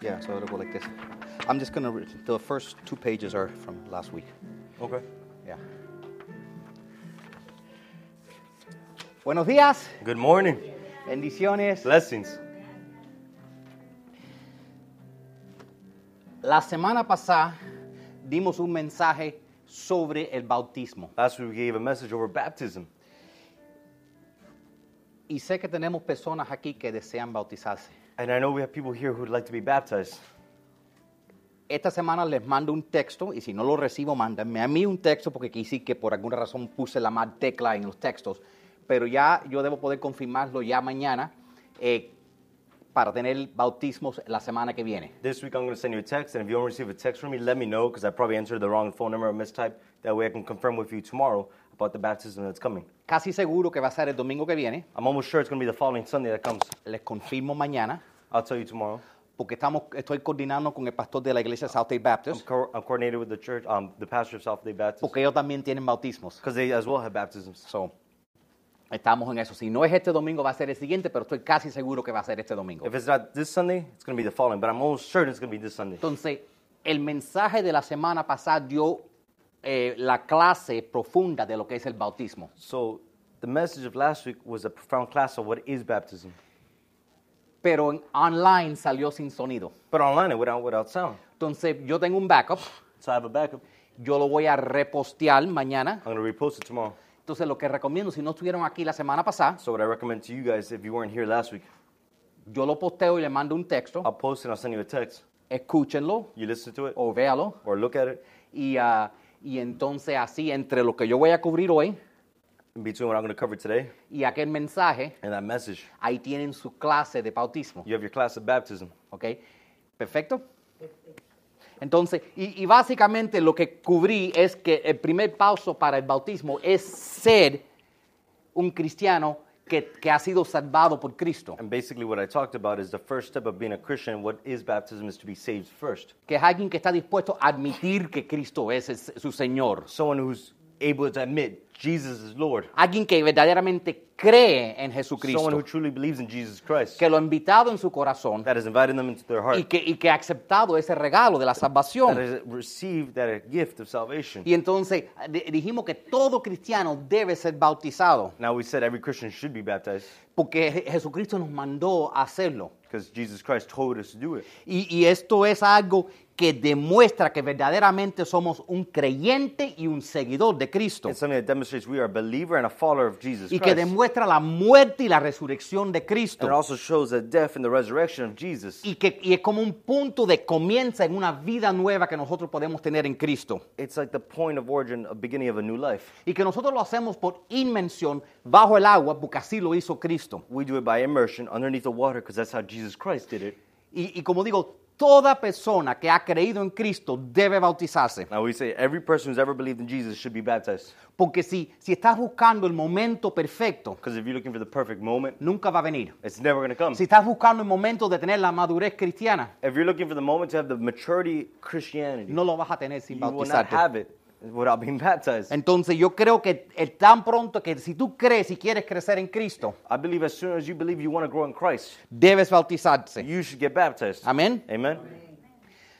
Yeah, so it'll go like this. I'm just gonna, re- the first two pages are from last week. Okay. Yeah. Buenos días, Good morning. bendiciones. Blessings. La semana pasada dimos un mensaje sobre el bautismo. Last week we gave a message over baptism. Y sé que tenemos personas aquí que desean bautizarse. And I know we have people here who'd like to be baptized. Esta semana les mando un texto y si no lo recibo, mándenme a mí un texto porque aquí sí que por alguna razón puse la mal tecla en los textos. Pero ya yo debo poder confirmarlo ya mañana eh, para tener bautismos la semana que viene. This week I'm going to send you a text, and if you don't receive a text from me, let me know because I probably entered the wrong phone number or mistyped. That way I can confirm with you tomorrow about the baptism that's coming. Casi seguro que va a ser el domingo que viene. I'm almost sure it's going to be the following Sunday that comes. Les confirmo mañana I'll tell you tomorrow. porque estamos, estoy coordinando con el pastor de la iglesia South Bay I'm, Baptist co- I'm coordinated with the church, um, the pastor of South Day Baptist, porque ellos también tienen bautismos. because they as well have baptisms. So, estamos en eso. Si no es este domingo, va a ser el siguiente, pero estoy casi seguro que va a ser este domingo. If it's not this Sunday, it's going to be the following, but I'm almost certain it's going to be this Sunday. Entonces, el mensaje de la semana pasada dio eh, la clase profunda de lo que es el bautismo. So the message of last week was a profound class of what is baptism. Pero en online salió sin sonido. But online, it went out without sound. Entonces, yo tengo un backup. So I have a backup. Yo lo voy a repostear mañana. I'm going to repost it tomorrow. Entonces, lo que recomiendo, si no estuvieron aquí la semana pasada, So what I recommend to you guys, if you weren't here last week, yo lo posteo y le mando un texto. I'll post it. I'll send you a text. Escúchenlo You listen to it o véalo. or look at it. Y, ah, y entonces, así, entre lo que yo voy a cubrir hoy In between what I'm going to cover today y aquel mensaje, and that message, ahí tienen su clase de bautismo. you have your class of baptism. ¿Ok? ¿Perfecto? Entonces, y, y básicamente lo que cubrí es que el primer paso para el bautismo es ser un cristiano que, que ha sido salvado por Cristo, And basically, what I talked about is the first step of being a Christian. What is baptism is to be saved first. que es alguien que está dispuesto a admitir que Cristo es, es su Señor, Someone who's able to admit Jesus is Lord. alguien que verdaderamente cree en Someone who Jesucristo, truly believes in Jesus Christ. que lo ha invitado en su corazón That has invited them into their y heart. que, y que ha aceptado ese regalo de la That salvación. has received that gift of salvation. Y entonces di- dijimos que todo cristiano debe ser bautizado. Now we said every Christian should be baptized porque Je- Jesucristo nos mandó a hacerlo. because Jesus Christ told us to do it. Y, y esto es algo que demuestra que verdaderamente somos un creyente y un seguidor de Cristo. It's something that demonstrates we are a believer and a follower of Jesus Y que Christ. demuestra la muerte y la resurrección de and it Cristo. also shows the death and the resurrection of Jesus. Y que y es como un punto de comienza en una vida nueva que nosotros podemos tener en Cristo. It's like the point of origin, a beginning of a new life. Y que nosotros lo hacemos por inmensión bajo el agua, porque así lo hizo Cristo. We do it by immersion underneath the water because that's how Jesus Christ did it. Y, y como digo, toda persona que ha creído en Cristo debe bautizarse. Now we say every person who's ever believed in Jesus should be baptized Porque si, si estás buscando el momento perfecto, because if you're looking for the perfect moment, nunca va a venir. it's never going to come. Si estás buscando el momento de tener la madurez cristiana, if you're looking for the moment to have the maturity Christianity, no lo vas a tener sin you will bautizarte. not have it without being baptized. Entonces yo creo que es tan pronto que si tú crees y quieres crecer en Cristo, I believe as soon as you believe you want to grow in Christ, debes bautizarse. you should get baptized. Amén. Amen.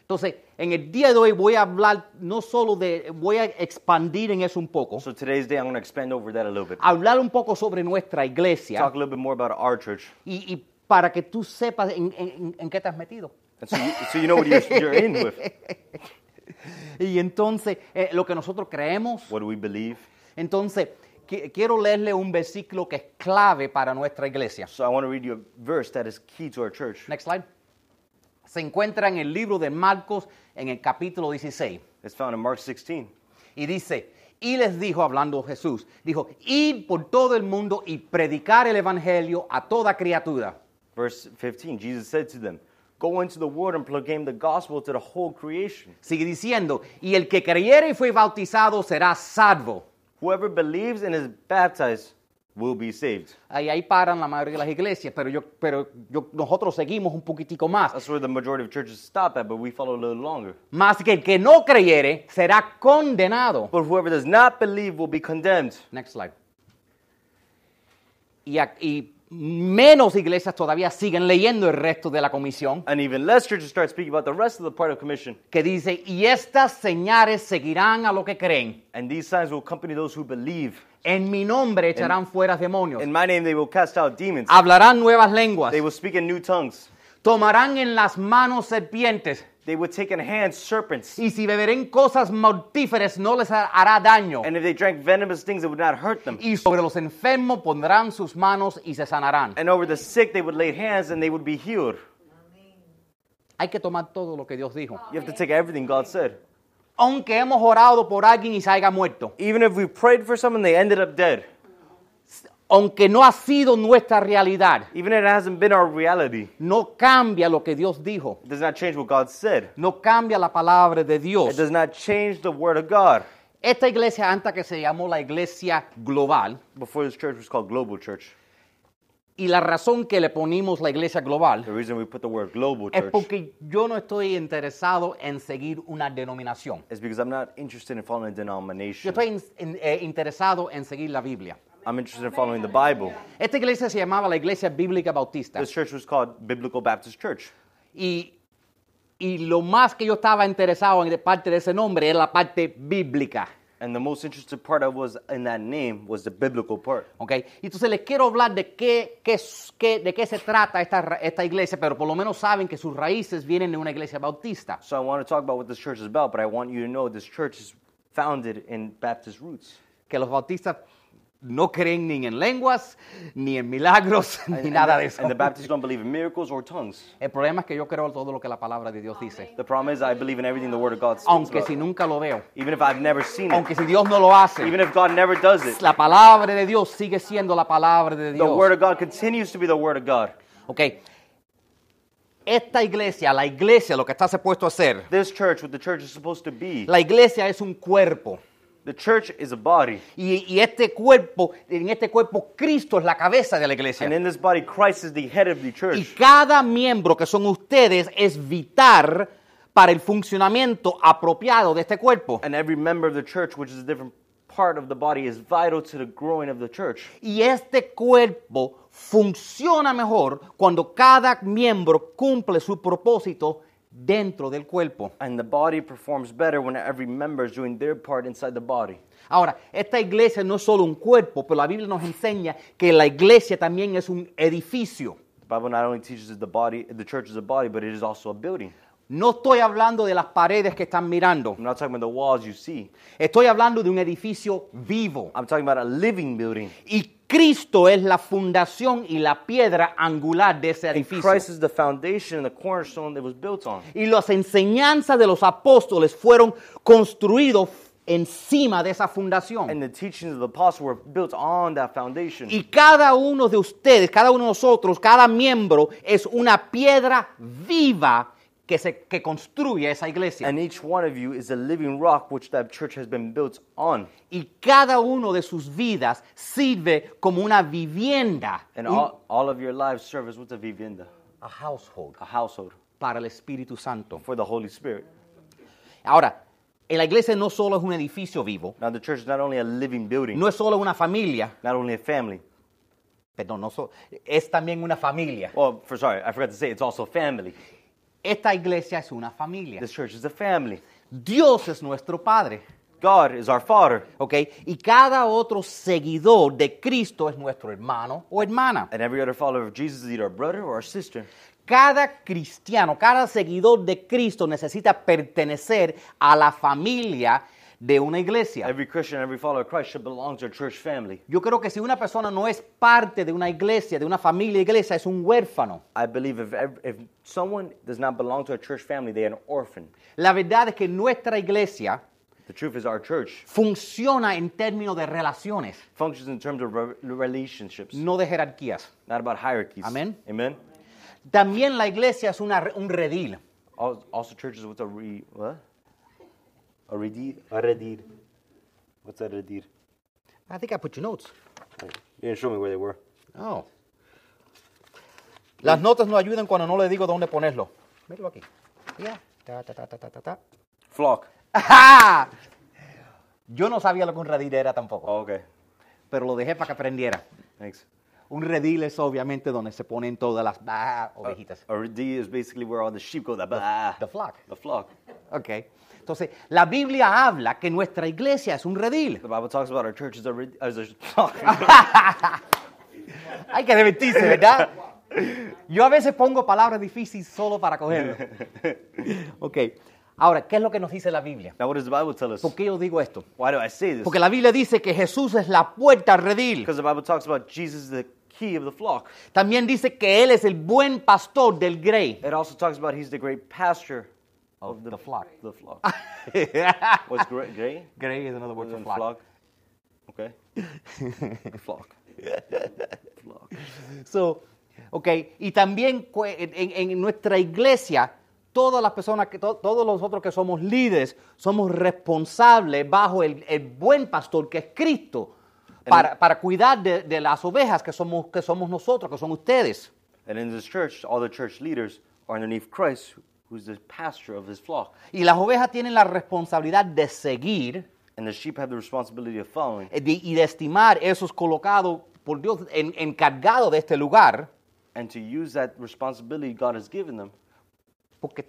Entonces, en el día de hoy voy a hablar no solo de, voy a expandir en eso un poco, So today's day, I'm going to expand over that a little bit. hablar un poco sobre nuestra iglesia Talk a little bit more about our church. y, y para que tú sepas en- en- en qué te has metido. And so, you, so you know what you're, you're in with. Y entonces, eh, lo que nosotros creemos, What do we believe? Entonces, qui- quiero leerle un versículo que es clave para nuestra iglesia. So I want to read you a verse that is key to our church. Next slide. Se encuentra en el libro de Marcos, en el capítulo 16. It's found in Mark 16. Y dice, y les dijo, hablando Jesús, dijo, id por todo el mundo y predicar el evangelio a toda criatura. Verse 15, Jesus said to them, Go into the world and proclaim the gospel to the whole creation. Sigue diciendo, y el que creyere y fue bautizado será salvo. Whoever believes and is baptized will be saved. Ahí, ahí paran la mayoría de las iglesias, pero, yo, pero yo- nosotros seguimos un poquitico más. That's where the majority of churches stop at, but we follow a little longer. Más que el que no creyere será condenado. But whoever does not believe will be condemned. Next slide. Y, ac- y menos iglesias todavía siguen leyendo el resto de la comisión, And even less churches start speaking about the rest of the part of commission. que dice, y estas señales seguirán a lo que creen. And these signs will accompany those who believe. En mi nombre echarán fuera demonios. In my name they will cast out Ah. demons. Hablarán nuevas lenguas. They will speak in new tongues. Tomarán en las manos serpientes. They will take in hand serpents. Y si beberán cosas mortíferas no les hará daño. And if they drank venomous things, it would not hurt them. Y sobre los enfermos pondrán sus manos y se sanarán. And over the sick they would lay hands and they would be healed. Hay que tomar todo lo que Dios dijo. You have to take everything God said. Aunque hemos orado por alguien y se haya muerto. Even if we prayed for someone, they ended up dead. Aunque no ha sido nuestra realidad. Even if it hasn't been our reality, No cambia lo que Dios dijo. it does not change what God said. No cambia la palabra de It Dios. does not change the word of God. Esta iglesia, antes que se llamó la iglesia global, Before this church was called Global Church. y la razón que le ponimos la iglesia global The reason we put the word Global es Church porque yo no estoy interesado en seguir una denominación. is because I'm not interested in following a Yo denomination. estoy in- in- eh, interesado en seguir la Biblia. I'm interested in following the Bible. Esta iglesia se llamaba la Iglesia Bíblica Bautista. This church was called Biblical Baptist Church. Y, y lo más que yo estaba interesado en de parte de ese nombre era la parte bíblica. And the most interesting part I was in that name was the biblical part. ¿ok? Entonces les quiero hablar de qué, qué es- qué- de qué se trata esta, ra- esta iglesia, pero por lo menos saben que sus raíces vienen de una iglesia bautista. So I want to talk about what this church is about, but I want you to know this church is founded in Baptist roots. Que los bautistas no creen ni en lenguas, ni en milagros, And, ni and nada the, de eso. and the Baptists don't believe in miracles or tongues. El problema es que yo creo todo lo que la palabra de Dios dice. The problem is I believe in everything the Word of God speaks Aunque about. si nunca lo veo, Even if I've never seen it. aunque si Dios no lo hace, Even if God never does it. la palabra de Dios sigue siendo la palabra de The Word Dios. of God continues to be the Word of God. Ok. Esta iglesia, la iglesia, lo que está supuesto a hacer, This church, what the church is supposed to be, la iglesia es un cuerpo. the church is a body. Y, y este cuerpo, en este cuerpo Cristo es la cabeza de la iglesia. And in this body, Christ is the head of the Y church. cada miembro que son ustedes es vital para el funcionamiento apropiado de este cuerpo. And every member of the church, which is a different part of the body, is vital to the growing of the church. Y este cuerpo funciona mejor cuando cada miembro cumple su propósito dentro del cuerpo. And the body performs better when every member is doing their part inside the body. Ahora, esta iglesia no es solo un cuerpo, pero la Biblia nos enseña que la iglesia también es un edificio. The Bible not only teaches that the body, the church is a body, but it is also a building. No estoy hablando de las paredes que están mirando. I'm not talking about the walls you see. Estoy hablando de un edificio vivo. I'm talking about a living building. Y Cristo es la fundación y la piedra angular de ese And edificio. Christ is the foundation and the cornerstone that was built on. Y las enseñanzas de los apóstoles fueron construidos encima de esa fundación. And the teachings of the apostles were built on that foundation. Y cada uno de ustedes, cada uno de nosotros, cada miembro es una piedra viva que, se, que construye esa iglesia. And each one of you is a living rock which that church has been built on. Y cada uno de sus vidas sirve como una vivienda, And un- all, all of your lives serve as what's a vivienda, a household, a household para el Espíritu Santo. for the Holy Spirit. Ahora, en la iglesia no solo es un edificio vivo, Now, the church is not only a living building, no es solo una familia, not only a family. perdón, no so- es también una familia. Well, for sorry, I forgot to say, it's also a family. Esta iglesia es una familia. This church is a family. Dios es nuestro Padre, God is our Father, ¿ok? Y cada otro seguidor de Cristo es nuestro hermano o hermana. and every other follower of Jesus is either our brother or our sister. Cada cristiano, cada seguidor de Cristo necesita pertenecer a la familia de una iglesia. Every Christian, every follower of Christ should belong to a church family. Yo creo que si una persona no es parte de una iglesia, de una familia iglesia, es un huérfano. I believe if, ev- if someone does not belong to a church family, they are an orphan. La verdad es que nuestra iglesia The truth is, our church funciona en términos de relaciones, functions in terms of re- relationships, no de jerarquías. not about hierarchies. Amen. Mm. Amen. También la iglesia es una re- un redil. Al- Also, churches with a re what? A redir. A redir. What's a redir? I think I put your notes. You didn't show me where they were. Oh. Las notas nos ayudan cuando no le digo dónde ponerlo. Míralo aquí. Ya. Ta, ta, ta, ta, ta, ta, ta. Flock. ¡Ajá! Yo no sabía lo que un redil era tampoco, Oh, okay. pero lo dejé para que aprendiera. Thanks. Un redil es obviamente donde se ponen todas las bah, ovejitas. A redil is basically where all the sheep go. The blah. the flock. The flock. Ok. Entonces, la Biblia habla que nuestra iglesia es un redil. The Bible talks about our church as a, red, as a flock. Hay que divertirse, ¿verdad? Yo a veces pongo palabras difíciles solo para cogerlo. Ok. Ahora, ¿qué es lo que nos dice la Biblia? now, what does the Bible tell us? ¿Por qué yo digo esto? Why do I say this? Porque la Biblia dice que Jesús es la puerta al redil. Because the Bible talks about Jesus is the key of the flock. También dice que Él es el buen pastor del grey. It also talks about he's the great pastor of, the flock. The flock. What's great? Gray? grey is another word for Than flock. Okay. flock. flock. So, ok, y también cu- en, en- en nuestra iglesia, todas las personas, que, to- todos nosotros que somos líderes, somos responsables bajo el, el buen pastor que es Cristo. Para, para cuidar de, de las ovejas que somos, que somos nosotros, que son ustedes. And in this church, all the church leaders are underneath Christ, who's the pastor of his flock. Y las ovejas tienen la responsabilidad de seguir And the sheep have the responsibility of following eh, de- y de estimar esos colocados por Dios en- encargados de este lugar. and to use that responsibility God has given them porque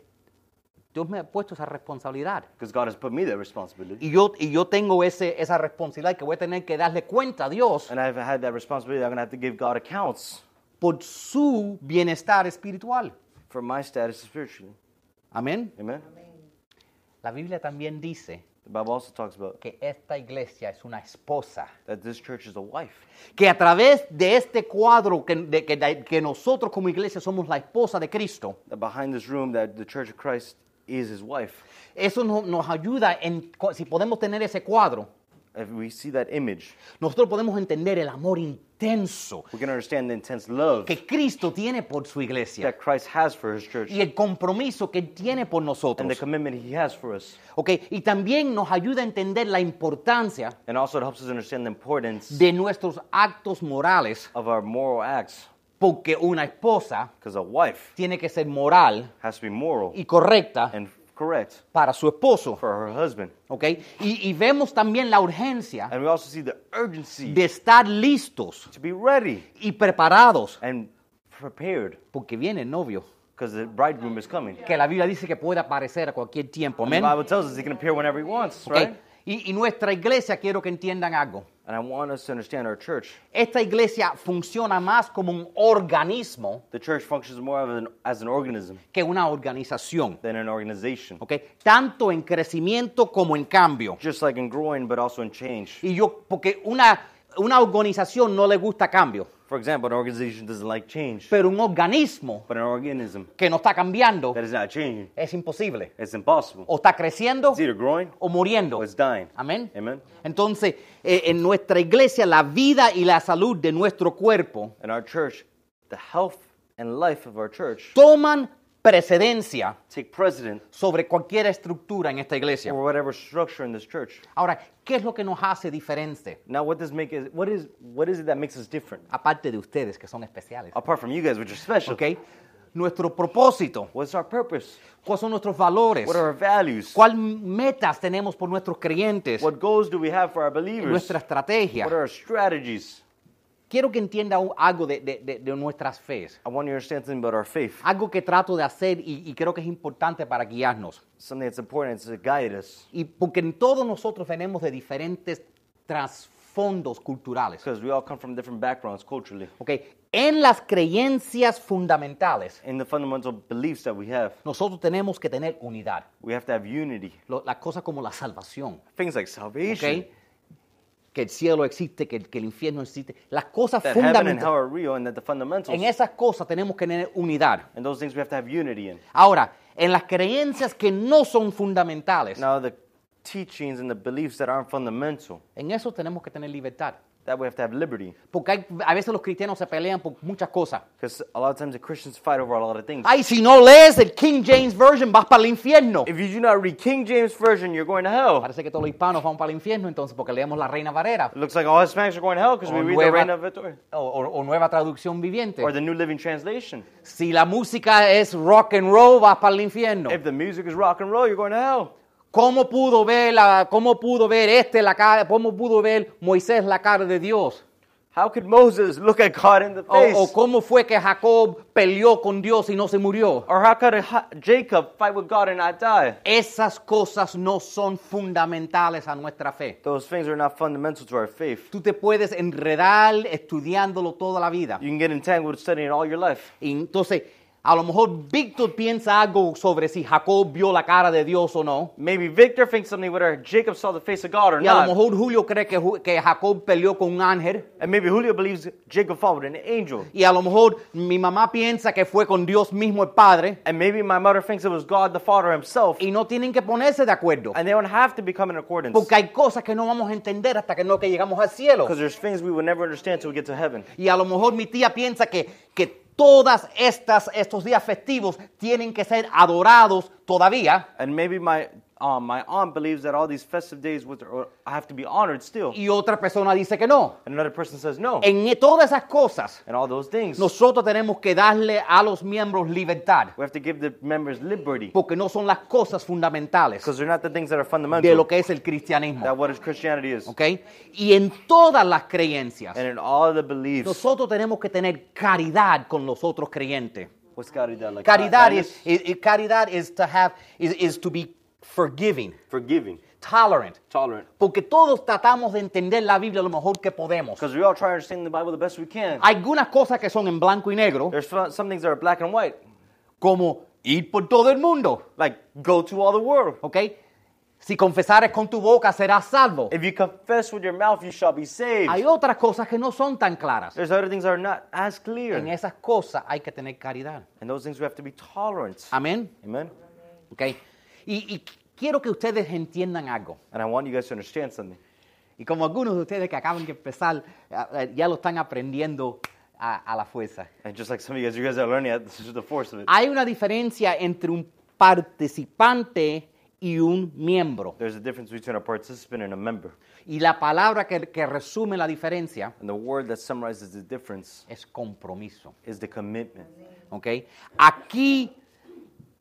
Dios me ha puesto esa responsabilidad. because God has put me that responsibility. Y yo, y yo tengo ese, esa responsabilidad que voy a tener que darle cuenta a Dios And I've had that responsibility. I'm going to have to give God accounts por su bienestar espiritual. for my status spiritually. Amén. Amen? La Biblia también dice The Bible also talks about que esta iglesia es una esposa, that this church is a wife. que a través de este cuadro que, de- que- de- que nosotros como iglesia somos la esposa de Cristo, That behind this room, that the church of Christ is his wife. eso no- nos ayuda en, co- si podemos tener ese cuadro, If we see that image, nosotros podemos entender el amor intenso we can understand the intense love que Cristo tiene por su iglesia. that Christ has for his church y el compromiso que tiene por and the nosotros. commitment he has for us. ¿ok? Y también nos ayuda a entender la importancia And also, it helps us understand the importance de nuestros actos morales, of our moral acts porque una esposa because a wife tiene que ser moral has to be moral y correcta and correct para su esposo. for her husband. ¿ok? Y, y vemos también la urgencia And we also see the urgency de estar listos to be ready y preparados, and prepared porque viene el novio, because the bridegroom is coming. que la Biblia dice que puede aparecer a cualquier tiempo. The amén. Bible tells us he can appear whenever he wants, ¿ok? right? Y, y nuestra iglesia, quiero que entiendan algo. And I want us to understand our church. Esta iglesia funciona más como un organismo The church functions more of an, as an organism que una organización. than an organization. ¿ok? Tanto en crecimiento como en cambio. Just like in growing, but also in change. Y yo, porque una, una organización no le gusta cambio, For example, an organization doesn't like change, pero un organismo but an organism que no está cambiando that is not changing, es imposible. it's impossible. O está creciendo It's either growing o muriendo. or it's dying. Amén. Amen. Entonces, eh, en nuestra iglesia, la vida y la salud de nuestro cuerpo And our church, the health and life of our church, toman precedencia take precedent sobre cualquier estructura en esta iglesia. over whatever structure in this church. Ahora, ¿qué es lo que nos hace diferente? Now, what does make is what is what is it that makes us different? Aparte de ustedes, que son especiales. Apart from you guys, which are special. ¿ok? Nuestro propósito. What's our purpose? ¿Cuáles son nuestros valores? What are our values? ¿Cuáles metas tenemos por nuestros creyentes? What goals do we have for our believers? Nuestra estrategia. What are our strategies? Quiero que entienda un- algo de, de- de- de nuestras fees. I want you to understand something about our faith. Algo que trato de hacer y, y creo que es importante para guiarnos. Something that's important is to guide us. Y porque en todos nosotros venimos de diferentes trasfondos culturales. Because we all come from different backgrounds culturally. ¿ok? En las creencias fundamentales, In the fundamental beliefs that we have, nosotros tenemos que tener unidad. we have to have unity. Lo- las cosas como la salvación. Things like ¿ok? salvation, Que el cielo existe, que, el- que el infierno existe. Las cosas that heaven and fundamentales. hell are real, and that the fundamentals, En esas cosas tenemos que tener unidad. and those things we have to have unity in. Ahora, en las creencias que no son fundamentales, Now, the teachings and the beliefs that aren't fundamental, en eso tenemos que tener libertad. that we have to have liberty. Porque hay- a veces los cristianos se pelean por muchas cosas. Because a lot of times the Christians fight over a lot of things. Ay, si no lees el King James Version, vas para el infierno. If you do not read King James Version, you're going to hell. Parece que todos los hispanos van para el infierno, entonces, porque leemos la Reina Valera It looks like all Hispanics are going to hell because we Or read the Nueva- Reign of Victoria. o, o- o Nueva Traducción Viviente. Or the New Living Translation. Si la música es rock and roll, vas para el infierno. If the music is rock and roll, you're going to hell. ¿Cómo pudo ver, la- cómo pudo ver este la cara, cómo pudo ver Moisés la cara de Dios? How could Moses look at God in the O, face? o cómo fue que Jacob peleó con Dios y no se murió. Or how could Ha- Jacob fight with God and not die? Esas cosas no son fundamentales a nuestra fe. Those things are not fundamental to our faith. Tú te puedes enredar estudiándolo toda la vida. You can get entangled studying all your life. Y entonces, a lo mejor Víctor piensa algo sobre si Jacob vio la cara de Dios o no. Maybe Victor thinks something whether Jacob saw the face of God or Y a not. lo mejor Julio cree que, Ju- que Jacob peleó con un ángel. And maybe Julio believes Jacob fought with an angel. Y a lo mejor mi mamá piensa que fue con Dios mismo el Padre. And maybe my mother thinks it was God the Father himself. Y no tienen que ponerse de acuerdo. And they don't have to become in accordance. Porque hay cosas que no vamos a entender hasta que no que llegamos al cielo. Because there's things we will never understand until we get to heaven. Y a lo mejor mi tía piensa que, que todas estas estos días festivos tienen que ser adorados todavía. And maybe my um, my aunt believes that all these festive days with or I have to be honored still. Y otra persona dice que no. And another person says no. En e- todas esas cosas, And all those things. nosotros tenemos que darle a los miembros libertad, We have to give the members liberty. porque no son las cosas fundamentales Because they're not the things that are fundamental. de lo que es el cristianismo. That what is Christianity is. ¿ok? Y en todas las creencias, And in all the beliefs. nosotros tenemos que tener caridad con los otros creyentes. What's caridad like? Caridad Kindness? is, is- caridad is to have is- is to be forgiving, forgiving, tolerant. tolerant. Porque todos tratamos de entender la Biblia lo mejor que podemos. Because we all try to understand the Bible the best we can. Algunas cosas que son en blanco y negro, There's so- some things that are black and white. como ir por todo el mundo, Like, go to all the world. ¿ok? Si confesares con tu boca serás salvo. If you confess with your mouth, you shall be saved. Hay otras cosas que no son tan claras. There's other things that are not as clear. En esas cosas hay que tener caridad. And those things we have to be tolerant. Amén, Amen? ¿ok? Y, y quiero que ustedes entiendan algo. And I want you guys to understand something. Y como algunos de ustedes que acaban de empezar, eh, eh, ya lo están aprendiendo a- a la fuerza. And just like some of you guys, you guys are learning that this is the force of it. Hay una diferencia entre un participante y un miembro. There's a difference between a participant and a member. Y la palabra que, que resume la diferencia And the word that summarizes the difference es compromiso. is the commitment. ¿ok? Aquí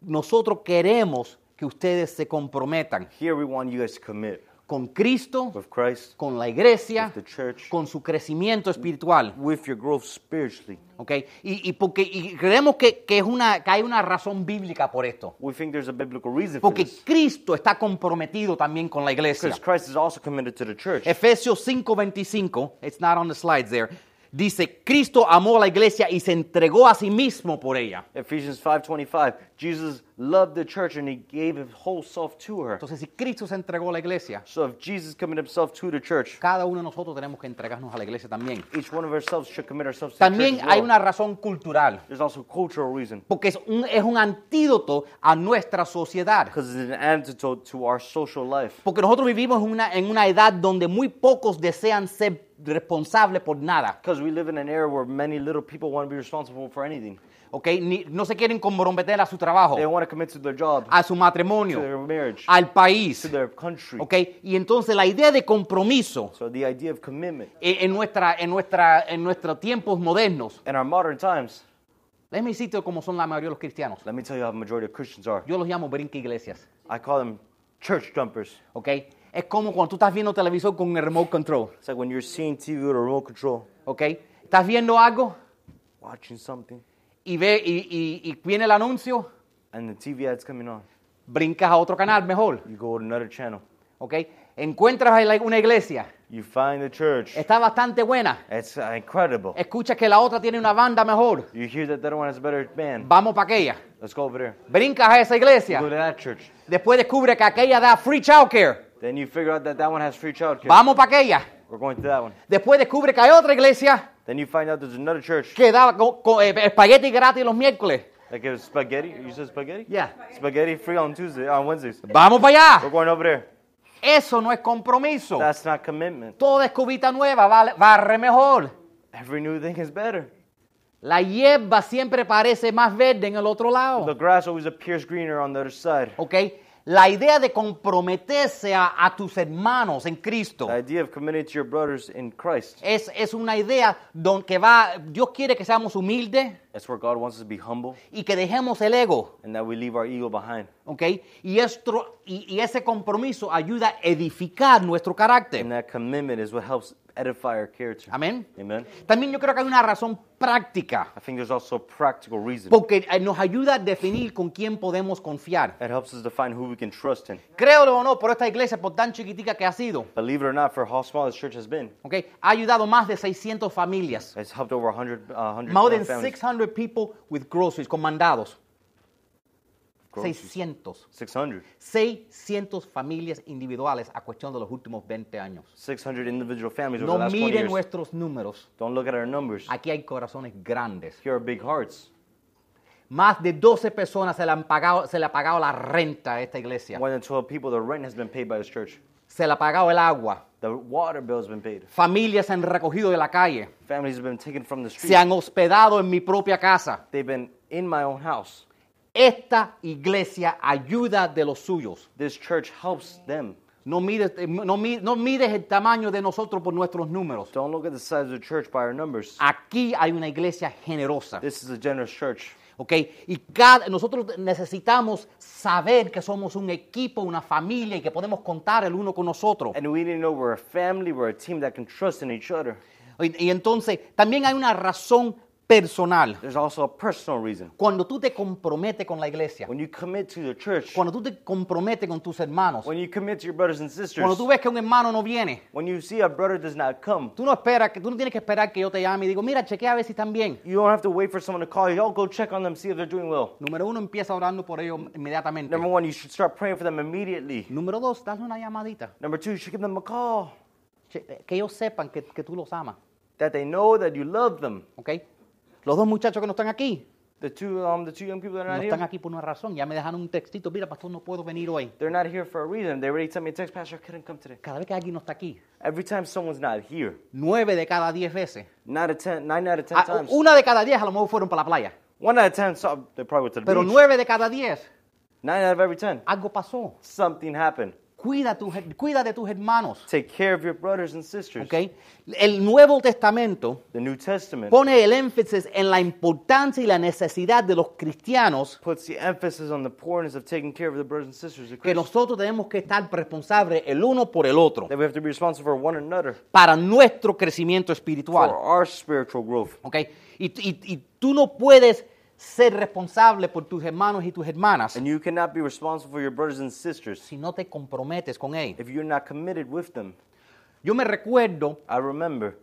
nosotros queremos que ustedes se comprometan Here we want you guys to commit con Cristo, with Christ, con la iglesia, With the church. con su crecimiento espiritual. with your growth spiritually. ¿ok? Y, y porque y creemos que, que es una, que hay una razón bíblica por esto. We think there's a biblical reason for Porque this. Cristo está comprometido también con la iglesia. Because Christ is also committed to the church. Efesios 5:25, it's not on the slides there, dice, Cristo amó a la iglesia y se entregó a sí mismo por ella. Ephesians 5:25. Jesus loved the church and he gave his whole self to her. Entonces, si Cristo se entregó a la iglesia, So if Jesus committed himself to the church, cada uno de nosotros tenemos que entregarnos a la iglesia también. each one of ourselves should commit ourselves to the También church. as hay well. una razón cultural, There's also cultural reason porque es un, es un antídoto a nuestra sociedad. because it's an antidote to our social life. Porque nosotros vivimos en una, en una edad donde muy pocos desean ser responsables por nada, Because we live in an era where many little people want to be responsible for anything. ¿ok? Ni- no se quieren comprometer a su trabajo, They want to commit to their job, a su to matrimonio, their marriage, al país. to their country. ¿Ok? Y entonces la idea de compromiso So the idea of commitment e- en, nuestra, en, nuestra, en nuestros tiempos modernos, in our modern times, déjeme decirte como son la mayoría de los cristianos. let me tell you how the majority of Christians are. Yo los llamo brinque iglesias. I call them church jumpers. ¿Ok? Es como cuando tú estás viendo televisor con el remote control. It's like when you're seeing TV with a remote control, ¿Ok? Estás viendo algo watching something, y, ve, y, y- y viene el anuncio, and the TV ad's coming on. brincas a otro canal mejor. You go to another channel. ¿Ok? Encuentras ahí la- una iglesia, You find the church. está bastante buena. It's uh, incredible. Escuchas que la otra tiene una banda mejor. You hear that that one has a better band. Vamos para aquella. Let's go over there. Brincas a esa You Go iglesia. to that church. Después descubre que aquella da free childcare. Then you figure out that that one has free childcare. Vamos para aquella. We're going to that one. Después descubre que hay otra iglesia Then you find out there's another church que da co- co- eh, espagueti gratis los miércoles. that gives spaghetti. You said spaghetti? Yeah. Spaghetti free on Tuesday, on Wednesdays. Vamos para We're allá. going over there. Eso no es compromiso. That's not commitment. Toda escobita nueva vale- barre mejor. Every new thing is better. La hierba siempre parece más verde en el otro The lado. grass always appears greener on the other side. ¿Ok? La idea de comprometerse a, a tus hermanos en Cristo The idea of committing to your brothers in Christ. es, es una idea don que va, Dios quiere que seamos humildes That's where God wants us to be humble y que dejemos el ego. and that we leave our ego behind. ¿Ok? Y, esto, y, y ese compromiso ayuda a edificar nuestro carácter. And that commitment is what helps edify our character. Amén. Amen. También yo creo que hay una razón práctica, I think there's also a practical reason. porque eh, nos ayuda a definir con quién podemos confiar. It helps us define who we can trust in. Créelo o no, por esta iglesia, por tan chiquitica que ha sido, Believe it or not, for how small this church has been, ¿ok? ha ayudado más de 600 familias, it's helped over 100, uh, 100 more than families. 600 people with groceries, con mandados. Groceries. 600. 600. 600 familias individuales a cuestión de los últimos 20 años. 600 individual families over No the last 20 miren years. nuestros números. Don't look at our numbers. Aquí hay corazones grandes. Here are big hearts. Más de 12 personas se le, han pagado, se le ha pagado la renta a esta iglesia. More than 12 people, the rent has been paid by this church. Se le ha pagado el agua. The water bill has been paid. Familias se han recogido de la calle. Families have been taken from the street. Se han hospedado en mi propia casa. They've been in my own house. Esta iglesia ayuda de los suyos. This church helps them. No mides, eh, no mi- no mides el tamaño de nosotros por nuestros números. Don't look at the size of the church by our numbers. Aquí hay una iglesia generosa. This is a generous church. ¿Ok? Y cada- nosotros necesitamos saber que somos un equipo, una familia y que podemos contar el uno con nosotros. And we need to know we're a family, we're a team that can trust in each other. Y, y entonces también hay una razón personal. There's also a personal reason. Cuando tú te comprometes con la iglesia, When you commit to the church, cuando tú te comprometes con tus hermanos, when you commit to your brothers and sisters, cuando tú ves que un hermano no viene, when you see a brother does not come, tú no esperas, que tú no tienes que esperar que yo te llame y digo, mira, chequea a ver si están bien. you don't have to wait for someone to call you. Y'all go check on them, see if they're doing well. Número uno, empieza orando por ellos inmediatamente. Number one, you should start praying for them immediately. Número dos, dale una llamadita. Number two, you should give them a call. Che- eh, Que ellos sepan que, que tú los amas. That they know that you love them. ¿Ok? Los dos muchachos que no están aquí, The two, um, the two young people that are No not están here, aquí por una razón. Ya me dejaron un textito. Mira, pastor, no puedo venir hoy. they're not here for a reason. They already sent me a text, Pastor, I couldn't come today. Cada vez que alguien no está aquí, Every time someone's not here, nueve de cada diez veces. nine out of ten, nine out of ten Ah, times, una de cada diez a lo mejor fueron para la playa. one out of ten, saw they probably went to the Pero beach. nueve de cada diez, Nine out of every ten, algo pasó. something happened. Cuida, tu- cuida de tus hermanos. Take care of your brothers and sisters. ¿ok? El Nuevo Testamento The New Testament pone el énfasis en la importancia y la necesidad de los cristianos puts the emphasis on the importance of taking care of the brothers and sisters of que Christ. nosotros tenemos que estar responsables el uno por el otro That we have to be responsible for one another, para nuestro crecimiento espiritual. for our spiritual growth. ¿ok? Y, y- y tú no puedes ser responsable por tus hermanos y tus hermanas And you cannot be responsible for your brothers and sisters si no te comprometes con ellos. if you're not committed with them. Yo me recuerdo I remember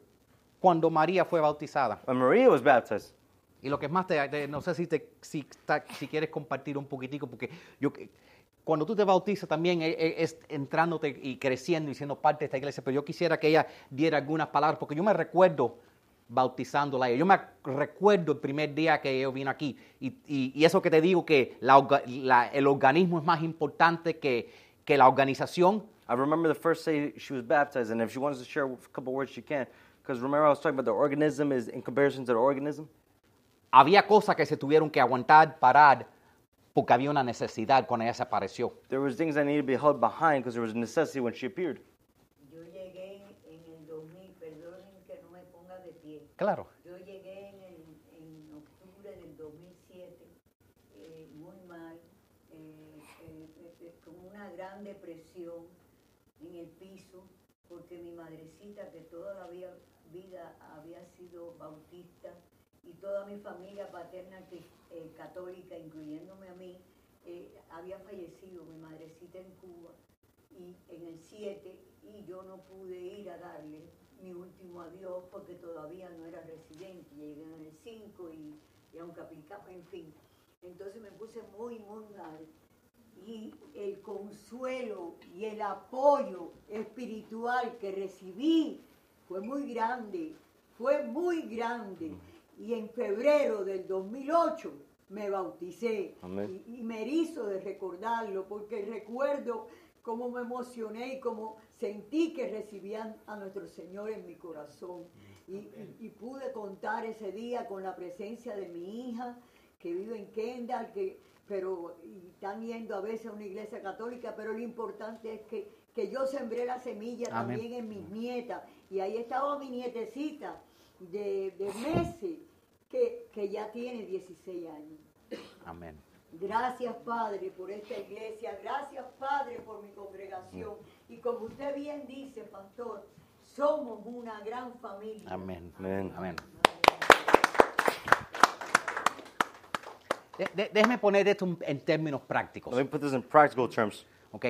cuando María fue bautizada. when Maria was baptized. Y lo que es más, te, te- no sé si, te, si, ta- si quieres compartir un poquitico, porque yo, eh, cuando tú te bautizas también e- e- es, entrándote y creciendo y siendo parte de esta iglesia, pero yo quisiera que ella diera algunas palabras, porque yo me recuerdo bautizándola a ella. Yo me recuerdo el primer día que yo vino aquí. Y, y- y eso que te digo, que la orga- la- el organismo es más importante que, que la organización. I remember the first day she was baptized, and if she wants to share a couple words, she can. Because remember, I was talking about the organism is in comparison to the organism. Había cosas que se tuvieron que aguantar, parar, porque había una necesidad cuando ella se apareció. There was things that needed to be held behind because there was a necessity when she appeared. Yo llegué en el 2000, perdonen que no me ponga de pie. Claro. Yo llegué en, el- en octubre del 2007, eh, muy mal, eh, eh, eh, eh, con una gran depresión en el piso, porque mi madrecita, que toda la vida, vida había sido bautista, y toda mi familia paterna cri- eh, católica, incluyéndome a mí, eh, había fallecido mi madrecita en Cuba y en el 7 y yo no pude ir a darle mi último adiós porque todavía no era residente, llegué en el 5 y, y aunque aplicaba, en fin. Entonces me puse muy, muy mal y el consuelo y el apoyo espiritual que recibí fue muy grande, fue muy grande. Y en febrero del 2008 me bauticé Amén. y, y me erizo de recordarlo porque recuerdo cómo me emocioné y cómo sentí que recibían a nuestro Señor en mi corazón. Y, y- y pude contar ese día con la presencia de mi hija que vive en Kendall, que, pero y están yendo a veces a una iglesia católica, pero lo importante es que, que yo sembré la semilla Amén. también en mis nietas. Y ahí estaba mi nietecita de, de meses, que, que ya tiene 16 años. Amén. Gracias, Padre, por esta iglesia. Gracias, Padre, por mi congregación. Y como usted bien dice, pastor, Somos una gran familia. Amén. Amén. Amén. De- de- déjeme poner esto en- en términos prácticos. Let me put this in practical terms. ¿ok?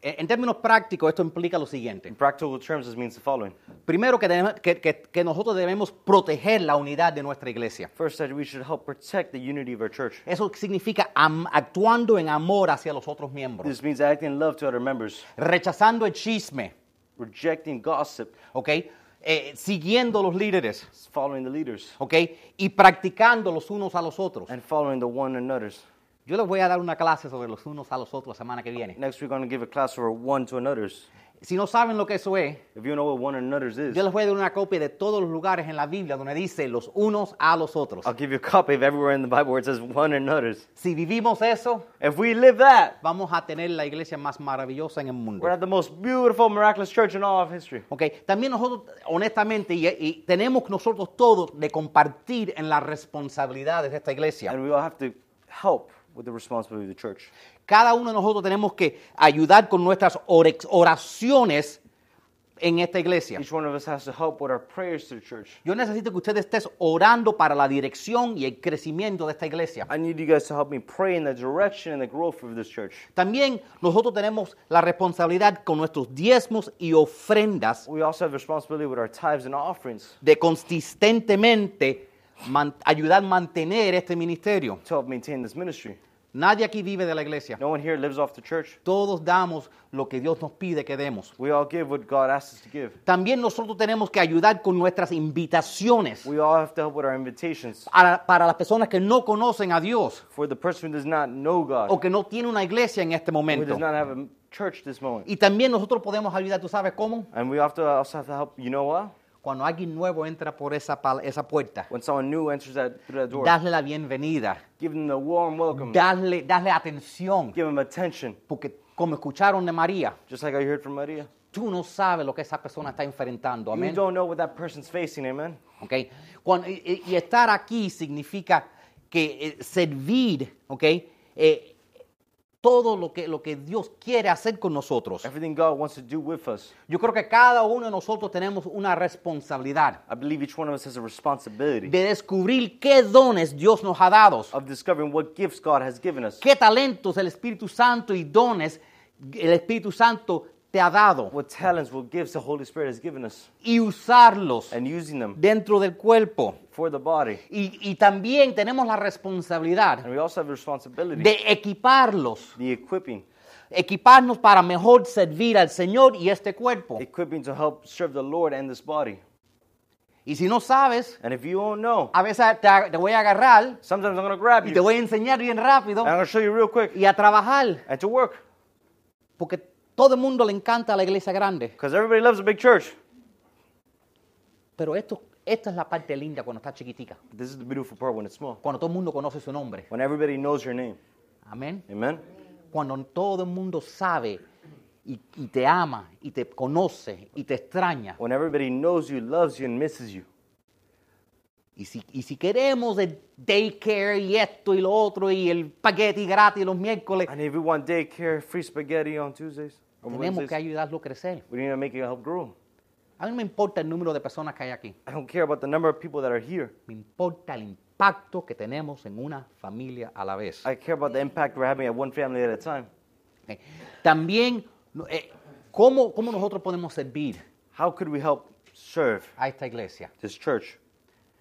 En- En términos prácticos, esto implica lo siguiente. In practical terms, this means the following. Primero, que, debemos- que- que- que nosotros debemos proteger la unidad de nuestra iglesia. First, that we should help protect the unity of our church. Eso significa am- actuando en amor hacia los otros miembros, This means acting in love to other members, rechazando el chisme, rejecting gossip, ¿ok? Eh, siguiendo los líderes, following the leaders, ¿ok? Y practicando los unos a los otros. and following the one another's. Yo les voy a dar una clase sobre los unos a los otros la semana que viene. Next, we're going to give a class over one to another's. Si no saben lo que eso es, If you know what one another's is, yo les voy a dar una copia de todos los lugares en la Biblia donde dice los unos a los otros. I'll give you a copy of everywhere in the Bible where it says one another's. Si vivimos eso, If we live that, vamos a tener la iglesia más maravillosa en el mundo. we're at the most beautiful, miraculous church in all of history. Ok, También nosotros, honestamente, y, y tenemos nosotros todos de compartir en las responsabilidades de esta iglesia. And we all have to help with the responsibility of the church. Cada uno de nosotros tenemos que ayudar con nuestras ore- oraciones en esta iglesia. Each one of us has to help with our prayers to the church. Yo necesito que ustedes estés orando para la dirección y el crecimiento de esta iglesia. I need you guys to help me pray in the direction and the growth of this church. También nosotros tenemos la responsabilidad con nuestros diezmos y ofrendas We also have responsibility with our tithes and offerings de consistentemente man- ayudar a mantener este ministerio. to help maintain this ministry. Nadie aquí vive de la iglesia. No one here lives off the church. Todos damos lo que Dios nos pide que demos. We all give what God asks us to give. También nosotros tenemos que ayudar con nuestras invitaciones We all have to help with our invitations. para, para las personas que no conocen a Dios For the person who does not know God, o que no tiene una iglesia en este who does momento. not have a church this moment. Y también nosotros podemos ayudar, ¿tú sabes cómo? And we often also have to help, you know what? Cuando alguien nuevo entra por esa, pal- esa puerta, When someone new enters that, through that door, darle la bienvenida, give them a warm welcome, darle, darle atención, give them attention. porque como escucharon de María, Just like I heard from Maria. tú no sabes lo que esa persona está enfrentando. You Amén. don't know what that person's facing, amen? ¿ok? Cuando- y, y- y estar aquí significa que eh, servir, ¿ok? Eh, todo lo que, lo que Dios quiere hacer con nosotros. Everything God wants to do with us. Yo creo que cada uno de nosotros tenemos una responsabilidad I believe each one of us has a responsibility. de descubrir qué dones Dios nos ha dado, of discovering what gifts God has given us, qué talentos el Espíritu Santo y dones el Espíritu Santo te ha dado what talents, what gifts the Holy Spirit has given us, y usarlos and using them dentro del cuerpo. for the body. Y, y también tenemos la And responsabilidad we also have a responsibility, de equiparlos the equipping, equiparnos para mejor servir al Señor y este cuerpo. equipping to help serve the Lord and this body. Y si no sabes, And if you don't know, a veces te, te voy a agarrar sometimes I'm going to grab y you te and voy a enseñar bien rápido I'm going to show you real quick y a trabajar, and to work porque todo el mundo le encanta la iglesia grande. because everybody loves a big church. Pero esto, esta es la parte linda cuando está chiquitica, But this is the beautiful part when it's small, cuando todo el mundo conoce su nombre. when everybody knows your name. Amén. Amen. Cuando todo el mundo sabe y, y te ama y te conoce y te extraña. When everybody knows you, loves you, and misses you. Y si, y si queremos el daycare y esto y lo otro y el paquete gratis los miércoles, And if you want daycare, free spaghetti on Tuesdays or Tenemos que Wednesdays, ayudarlo a crecer. we need to make it help grow. A mí no me importa el número de personas que hay aquí. I don't care about the number of people that are here. Me importa el impacto que tenemos en una familia a la vez. I care about the impact we're having at one family at a time. Ok. También, no, eh, ¿cómo, ¿cómo nosotros podemos servir How could we help serve a esta iglesia? this church?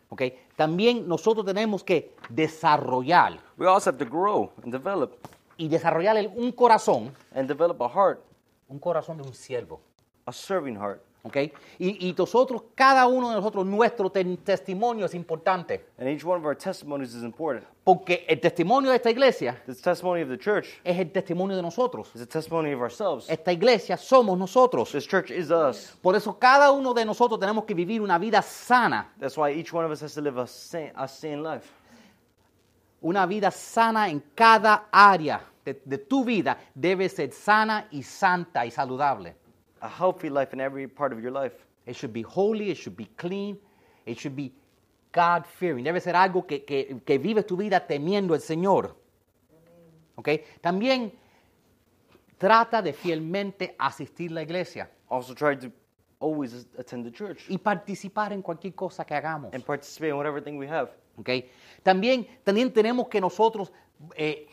Ok. También nosotros tenemos que desarrollar We also have to grow and develop y desarrollar el- un corazón, and develop a heart, un corazón de un siervo. a serving heart. Ok. Y, y nosotros, cada uno de nosotros, nuestro ten- testimonio es importante. And each one of our testimonies is important. Porque el testimonio de esta iglesia This testimony of the church es el testimonio de nosotros. is a testimony of ourselves. Esta iglesia somos nosotros. This church is us. Por eso cada uno de nosotros tenemos que vivir una vida sana, That's why each one of us has to live a sane, a sane life. una vida sana en cada área de, de tu vida. Debe ser sana y santa y saludable. A healthy life in every part of your life. It should be holy, it should be clean, it should be God fearing. Debe ser algo que, que, que vives tu vida temiendo al Señor. ¿Ok? También trata de fielmente asistir a la iglesia. Also try to always attend the church y participar en cualquier cosa que hagamos. and participate in whatever thing we have. ¿ok? También, también tenemos que nosotros eh,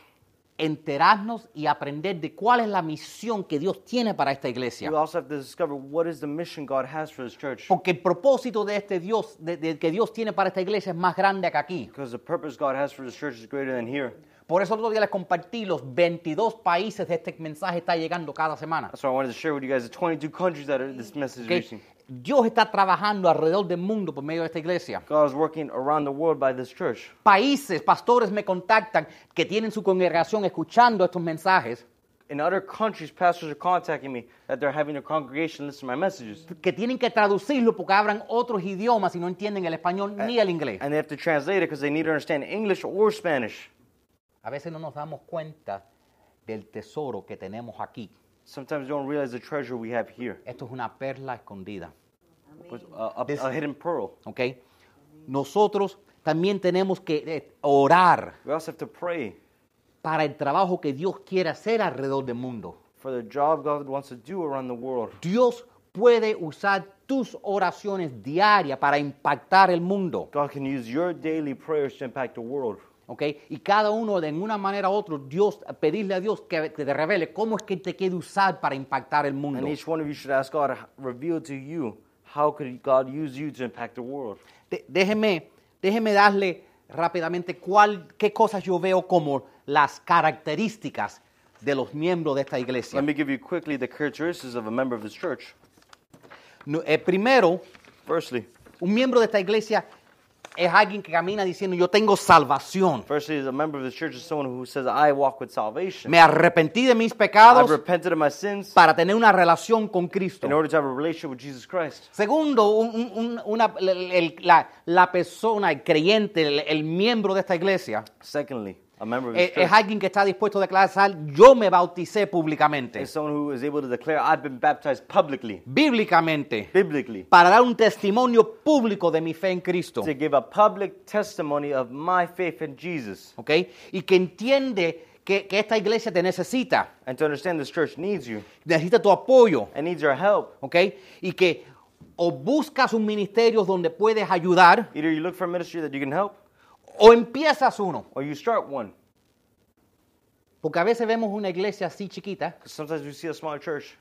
enterarnos y aprender de cuál es la misión que Dios tiene para esta iglesia. We also have to discover what is the mission God has for His church. Porque el propósito de este Dios, de- de- que Dios tiene para esta iglesia es más grande que aquí. Because the purpose God has for His church is greater than here. Por eso el otro día les compartí los 22 países de este mensaje está llegando cada semana. That's why I wanted to share with you guys the 22 countries that are, this message is ¿ok? reaching. Dios está trabajando alrededor del mundo por medio de esta iglesia. God is working around the world by this church. Países, pastores me contactan que tienen su congregación escuchando estos mensajes, In other countries, pastors are contacting me that they're having their congregation listen to my messages. que tienen que traducirlo porque hablan otros idiomas y no entienden el español ni el inglés. And they have to translate it because they need to understand English or Spanish. A veces no nos damos cuenta del tesoro que tenemos aquí. Sometimes you don't realize the treasure we have here. Esto es una perla escondida. With a, a- This- a hidden pearl. ¿ok? Nosotros también tenemos que eh, orar We also have to pray para el trabajo que Dios quiere hacer alrededor del mundo. for the job God wants to do around the world. Dios puede usar tus oraciones diarias para impactar el mundo, God can use your daily prayers to impact the world. ¿ok? Y cada uno de una manera u otra, Dios, pedirle a Dios que que te revele cómo es que te quiere usar para impactar el mundo. And each one of you should ask God, reveal to you how could God use you to impact the world. De- déjeme, déjeme darle rápidamente cuál, qué cosas yo veo como las características de los miembros de esta iglesia. Let me give you quickly the characteristics of a member of this church. No, eh, primero, Firstly, Un miembro de esta iglesia es alguien que camina diciendo, yo tengo salvación. firstly, a member of this church is someone who says, "I walk with salvation. Me arrepentí de mis I've pecados repented of my sins para tener una relación con Cristo. in order to have a relationship with Jesus Christ." Segundo, un- un- un- una- el- el- la, la persona, el creyente, el, el miembro de esta iglesia, Secondly, a member of es, this es church alguien que está dispuesto a declarar, yo me bauticé públicamente, is someone who is able to declare, "I've been baptized publicly, bíblicamente, biblically." para dar un testimonio público de mi fe en Cristo. to give a public testimony of my faith in Jesus ¿ok? Y que entiende que- que esta iglesia te necesita, and to understand this church needs you necesita tu apoyo. and needs your help. ¿ok? Y que o buscas un ministerio donde puedes ayudar Either you look for a ministry that you can help o empiezas uno. or you start one. Porque a veces vemos una iglesia así chiquita 'Cause sometimes we see a small church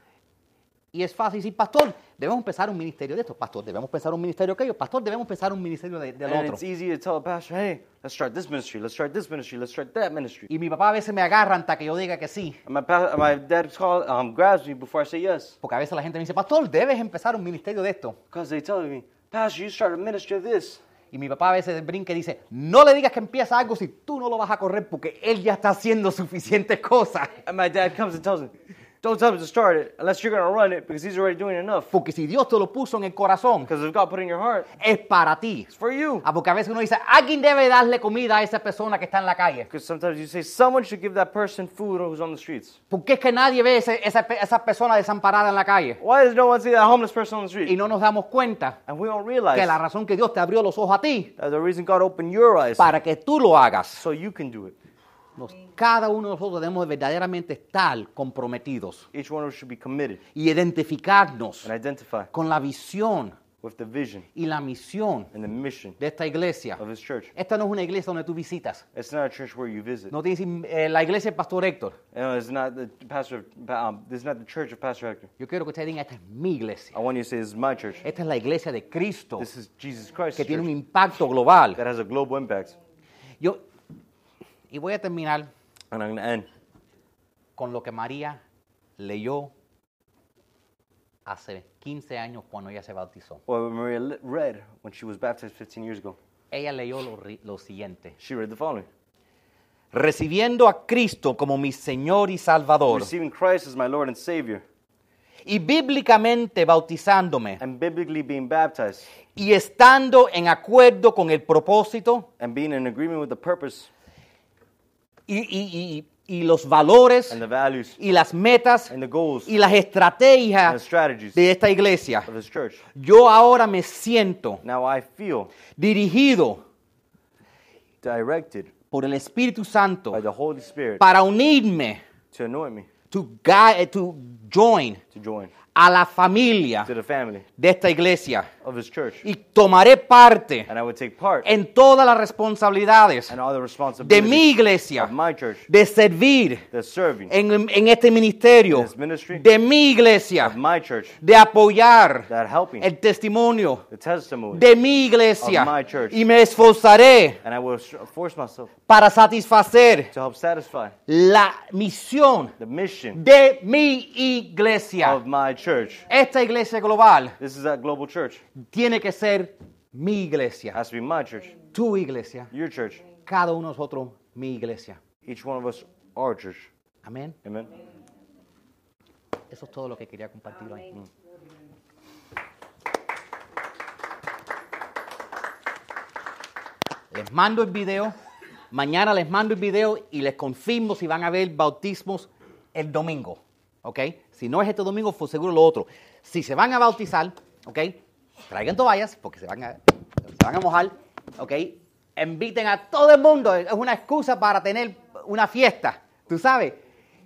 y es fácil decir, pastor, debemos empezar un ministerio de esto, pastor, debemos empezar un ministerio de aquello, pastor, debemos empezar un ministerio de- del and otro. it's easy to tell a pastor, hey, let's start this ministry, let's start this ministry, let's start that ministry. Y mi papá a veces me agarra hasta que yo diga que sí. And my, pa- my dad call, um, grabs me before I say yes Porque a veces la gente me dice, pastor, debes empezar un ministerio de esto. because they tell me, Pastor, you start a ministry of this. Y mi papá a veces brinca y dice, no le digas que empieza algo si tú no lo vas a correr porque él ya está haciendo suficientes cosas. And my dad comes and tells me, don't tell him to start it unless you're going to run it because he's already doing enough. Porque si Dios te lo puso en el corazón, Because if God put it in your heart, es para ti. it's for you. Ah, porque a veces uno dice, alguien debe darle comida a esa persona que está en la calle. Because sometimes you say someone should give that person food who's on the streets. ¿Por qué es que nadie ve ese- esa, pe- esa persona desamparada en la calle? Why does no one see that homeless person on the Y street? no nos damos cuenta And we don't realize que la razón que Dios te abrió los ojos a ti, that the reason God opened your eyes para que tú lo hagas. so you can do it. Nos- cada uno de nosotros debemos verdaderamente estar comprometidos Each one of us should be committed y identificarnos and identify con la visión with the vision y la misión and the mission de esta iglesia. of His church. Esta no es una iglesia donde tú visitas. It's not a church where you visit. No te dicen, "Eh, la iglesia del pastor Héctor. You know, it's not the pastor. Of, um, this is not the church of Pastor Hector. Yo quiero que ustedes digan, esta es mi iglesia. I want you to say this is my church. Esta es la iglesia de Cristo. This is Jesus Christ. que tiene un Church impacto global. that has a global impact. Yo, y voy a terminar And I'm going to end con lo que María leyó hace 15 años cuando ella se bautizó. what Maria li- read when she was baptized 15 years ago. Ella leyó lo, ri- lo siguiente. She read the following. Recibiendo a Cristo como mi Señor y Salvador Receiving Christ as my Lord and Savior. y bíblicamente bautizándome and biblically being baptized y estando en acuerdo con el propósito and being in agreement with the purpose y, y- y- y los valores and the values y las metas and the goals y las and the estrategias strategies de esta iglesia. of his church. Yo ahora me siento Now I feel dirigido directed por el Espíritu Santo by the Holy Spirit para unirme, to anoint me to, gui- to join to join a la familia to the family de esta iglesia of his church. y tomaré parte And I would take part en todas las responsabilidades and all the de mi responsibilities iglesia of my church de servir that's serving en, en este ministerio This ministry de mi of iglesia, my church de apoyar that helping el testimonio the testimony. de mi iglesia Of my church. y me esforzaré And I will s- force myself para satisfacer to help satisfy la misión the mission de mi iglesia. of my church. Esta iglesia global This is that global church. tiene que ser mi iglesia, has to be my church, tu iglesia, your church, cada uno de nosotros mi iglesia. each one of us our church. Amén. Amen. Eso es todo lo que quería compartir hoy. Les mando el video. Mañana les mando el video y les confirmo si van a ver bautismos el domingo. ¿Ok? Si no es este domingo, fue seguro lo otro. Si se van a bautizar, ¿ok? Traigan toallas porque se van a, se van a mojar. ¿Ok? Inviten a todo el mundo. Es una excusa para tener una fiesta. ¿Tú sabes?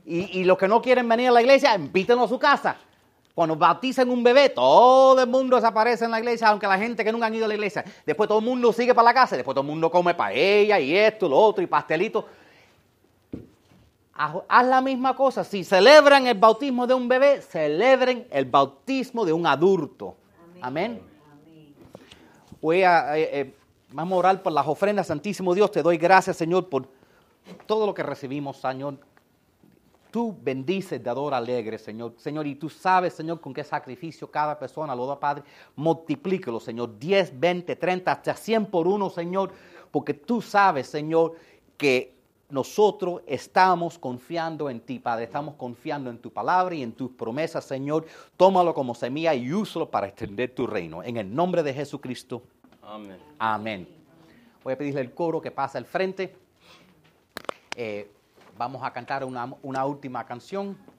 Y, y los que no quieren venir a la iglesia, invítenlo a su casa. Cuando bautizan un bebé, todo el mundo desaparece en la iglesia, aunque la gente que nunca han ido a la iglesia. Después todo el mundo sigue para la casa, y después todo el mundo come paella y esto, lo otro, y pastelito. Haz, haz la misma cosa. Si celebran el bautismo de un bebé, celebren el bautismo de un adulto. Amén. Amén. Voy a, eh, eh, vamos a orar por las ofrendas, Santísimo Dios. Te doy gracias, Señor, por todo lo que recibimos, Señor. Tú bendices, dador alegre, Señor. Señor, y tú sabes, Señor, con qué sacrificio cada persona lo da, Padre. Multiplíquelo, Señor. 10, 20, 30, hasta 100 por uno, Señor. Porque tú sabes, Señor, que nosotros estamos confiando en ti, Padre. Estamos confiando en tu palabra y en tus promesas, Señor. Tómalo como semilla y úsalo para extender tu reino. En el nombre de Jesucristo. Amen. Amén. Voy a pedirle al coro que pase al frente. Eh, vamos a cantar una, una última canción.